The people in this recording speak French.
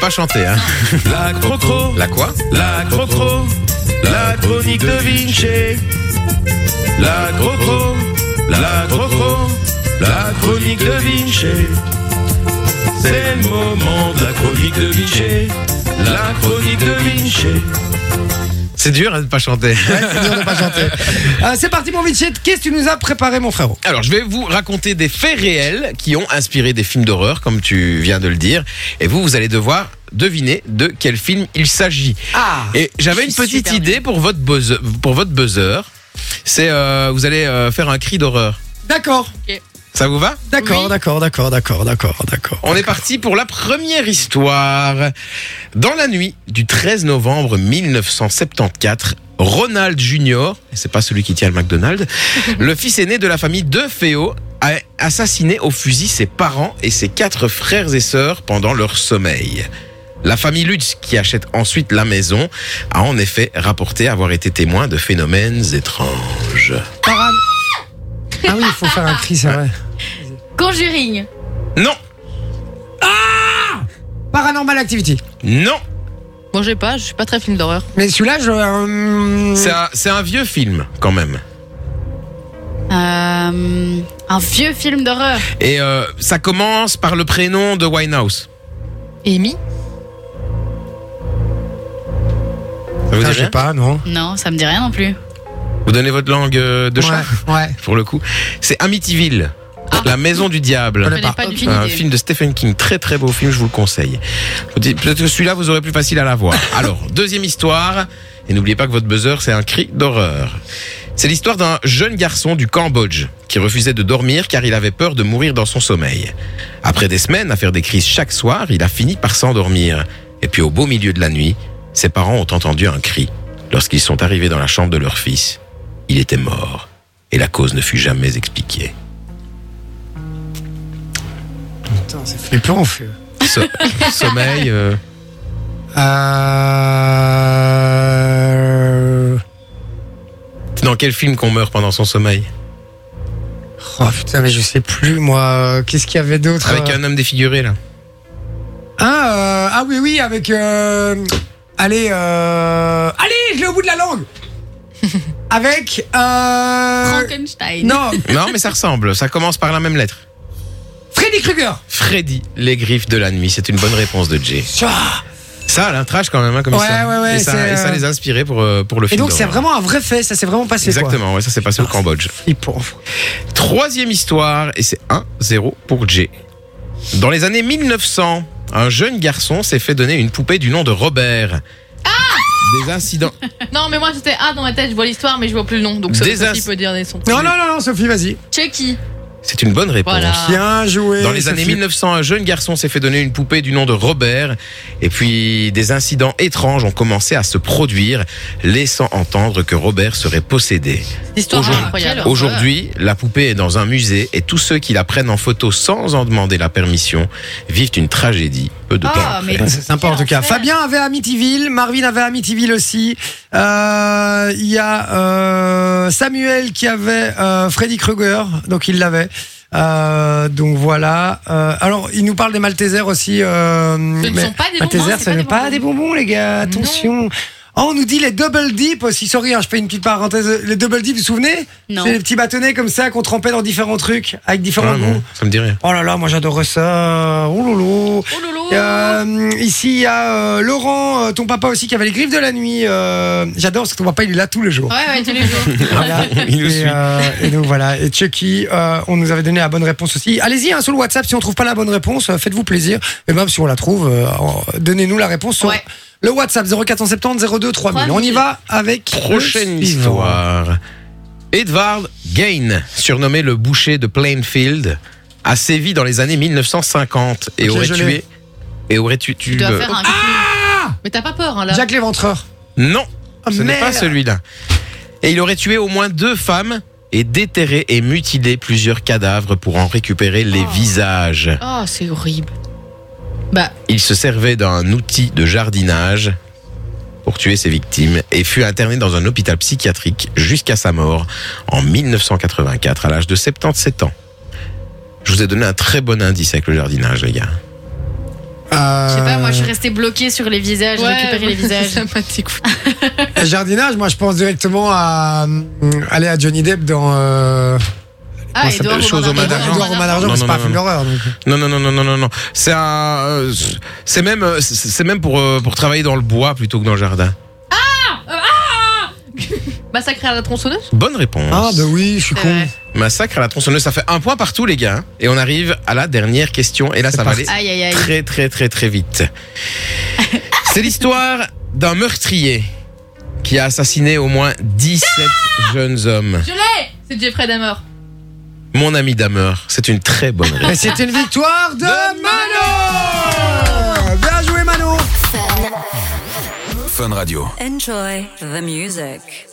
pas chanter. Hein. La crocro, La quoi la crocro, la chronique de Vinci. La crocro, la crocro, la chronique de Vinci. C'est le moment de la chronique de Vinci. La chronique de Vinci. C'est dur hein, de pas chanter. C'est dur de pas chanter. Euh, c'est parti, mon Vinci. Qu'est-ce que tu nous as préparé, mon frérot Alors, je vais vous raconter des faits réels qui ont inspiré des films d'horreur, comme tu viens de le dire. Et vous, vous allez devoir deviner de quel film il s'agit. Ah Et j'avais je une suis petite super idée pour votre buzzer. Pour votre buzzer. C'est euh, vous allez euh, faire un cri d'horreur. D'accord, Ça vous va d'accord, Oui. d'accord, d'accord, d'accord, d'accord, d'accord. On est parti pour la première histoire. Dans la nuit du 13 novembre 1974, Ronald Junior, et c'est pas celui qui tient le McDonald's, le fils aîné de la famille de Féo a assassiné au fusil ses parents et ses quatre frères et sœurs pendant leur sommeil. La famille Lutz, qui achète ensuite la maison, a en effet rapporté avoir été témoin de phénomènes étranges. Parade. Ah oui, il faut faire un cri, c'est vrai. Conjuring. Non, Paranormal Activity. non, Bon, j'ai pas, je suis pas très film d'horreur. Mais celui-là, je. euh, c'est un- c'est un vieux film quand même. Euh, un vieux film d'horreur. Et euh, ça commence par le prénom de Winehouse. Amy Ça vous dit Ah, je sais rien pas, non Non, ça me dit rien non plus. Vous donnez votre langue euh, de chat Ouais, ouais. pour le coup. C'est Amityville, Ah. la maison du diable. Je Je connais connais pas. pas du Un film. film de Stephen King, très très beau film, je vous le conseille. Je vous dis, Peut-être que celui-là, vous aurez plus facile à l'avoir. Alors, deuxième histoire, et n'oubliez pas que votre buzzer, c'est un cri d'horreur. C'est l'histoire d'un jeune garçon du Cambodge qui refusait de dormir car il avait peur de mourir dans son sommeil. Après des semaines à faire des crises chaque soir, il a fini par s'endormir. Et puis au beau milieu de la nuit, ses parents ont entendu un cri. Lorsqu'ils sont arrivés dans la chambre de leur fils, il était mort. Et la cause ne fut jamais expliquée. Putain, c'est flippant, on fait. So- sommeil... euh, Euh. Dans quel film qu'on meurt pendant son sommeil Oh putain, mais je sais plus, moi. euh, Qu'est-ce qu'il y avait d'autre Avec euh un homme défiguré là. Ah, euh, ah oui, oui, avec. Euh... Allez, euh... allez, je l'ai au bout de la langue. avec. Euh... Frankenstein. Non, Non mais ça ressemble, ça commence par la même lettre. Freddy Krueger. Freddy, les griffes de la nuit, c'est une bonne réponse de Jay. Ah Ça, l'un trash quand même, hein, comme Ouais, ça. ouais, ouais, et, ça c'est, et ça euh, les a inspirés pour, euh, pour le Et film. donc c'est d'horreur. vraiment un vrai fait, ça s'est vraiment passé. Exactement, ouais, ça s'est passé au Cambodge. Quoi. Il pauvre. Troisième histoire, et c'est 1-0 pour Jay. Dans les années 1900, un jeune garçon s'est fait donner une poupée du nom de Robert. Des incidents. Non, mais moi j'étais ah dans ma tête, je vois l'histoire, mais je vois plus le nom. Donc ça, Des Sophie as- peut dire des sons. Non, non, non, non, Sophie, vas-y. Chucky. C'est une bonne réponse. Voilà. Bien joué. Dans les années 1900, un jeune garçon s'est fait donner une poupée du nom de Robert. Et puis, des incidents étranges ont commencé à se produire, laissant entendre que Robert serait possédé. Cette Histoire Aujourd'hui- incroyable. Horreur. Aujourd'hui, la poupée est dans un musée et tous ceux qui la prennent en photo sans en demander la permission vivent une tragédie peu de temps. Ah, après. mais- C'est sympa en tout cas. Quel enfer. Fabien avait Amityville, Marvin avait Amityville aussi. Euh, Il y a euh, Samuel qui avait euh, Freddy Krueger, donc il l'avait. Euh, donc voilà. Euh, alors il nous parle des Maltesers aussi. Euh, Ce ne mais- sont pas des Maltesers, bonbons, ce n'est pas des bonbons les gars. Attention. Oh, on nous dit les double deep aussi. Sorry, hein, je fais une petite parenthèse. Les double deep, vous vous souvenez Non. C'est les petits bâtonnets comme ça qu'on trempait dans différents trucs avec différents Ah, goûts. non, ça me dit rien. Oh là là, moi j'adorais ça. Oh lolo. Oh lolo. Euh, ici, il y a euh, Laurent, euh, ton papa aussi, qui avait les griffes de la nuit. euh, J'adore parce que ton papa, il est là tous les jours. Ouais, ouais, tous les jours. Voilà. Il nous et, suit. euh, et donc voilà. Et Chucky, euh, on nous avait donné la bonne réponse aussi. Allez-y, hein, sur le WhatsApp, si on trouve pas la bonne réponse, euh, faites-vous plaisir. Et même si on la trouve, euh, en- donnez-nous la réponse sur Ouais. le WhatsApp 0470 02 3000. On y va avec le Prochaine suivant. histoire. Edward Gain, surnommé le boucher de Plainfield, a sévi dans les années 1950 et Ok, aurait je l'ai. tué. Et aurait tué. tu- Tu dois euh, faire un. Ah mais t'as pas peur hein, là. Jacques Léventreur. Non, Ah, ce n'est pas merde. celui-là. Et il aurait tué au moins deux femmes et déterré et mutilé plusieurs cadavres pour en récupérer les Oh. visages. Oh, c'est horrible. Bah, Il se servait d'un outil de jardinage pour tuer ses victimes et fut interné dans un hôpital psychiatrique jusqu'à sa mort en 1984 à l'âge de 77 ans. Je vous ai donné un très bon indice avec le jardinage, les gars. Euh, Je sais pas, moi Euh. je suis restée bloquée sur les visages, j'ai récupéré les visages. Oh, Ça m'a dégoûté. Et Euh, Jardinage, moi je pense directement à hum, aller à Johnny Depp dans euh, Ah, ça s'appelle Edouard Chose au Romain Romain d'Argent. Edouard Romain d'Argent, Non, mais c'est non, pas un non, film non. d'horreur. donc. Non, non, non, non, non, non, non. C'est un, euh, c'est même, euh, c'est c'est même pour euh, pour travailler dans le bois plutôt que dans le jardin. Ah, euh, Massacre à la tronçonneuse Bonne réponse. Ah, bah oui, je suis C'est con. vrai. Massacre à la tronçonneuse, ça fait un point partout les gars. hein. Et on arrive à la dernière question. Et là, C'est ça va parti. aller Aïe, aïe, aïe. très très très très vite. C'est l'histoire d'un meurtrier qui a assassiné au moins 17 jeunes hommes. Je l'ai C'est Jeffrey Dahmer. Mon ami Damer, c'est une très bonne réponse. Et c'est une victoire de, De Manon Bien joué Manon Enjoy the music.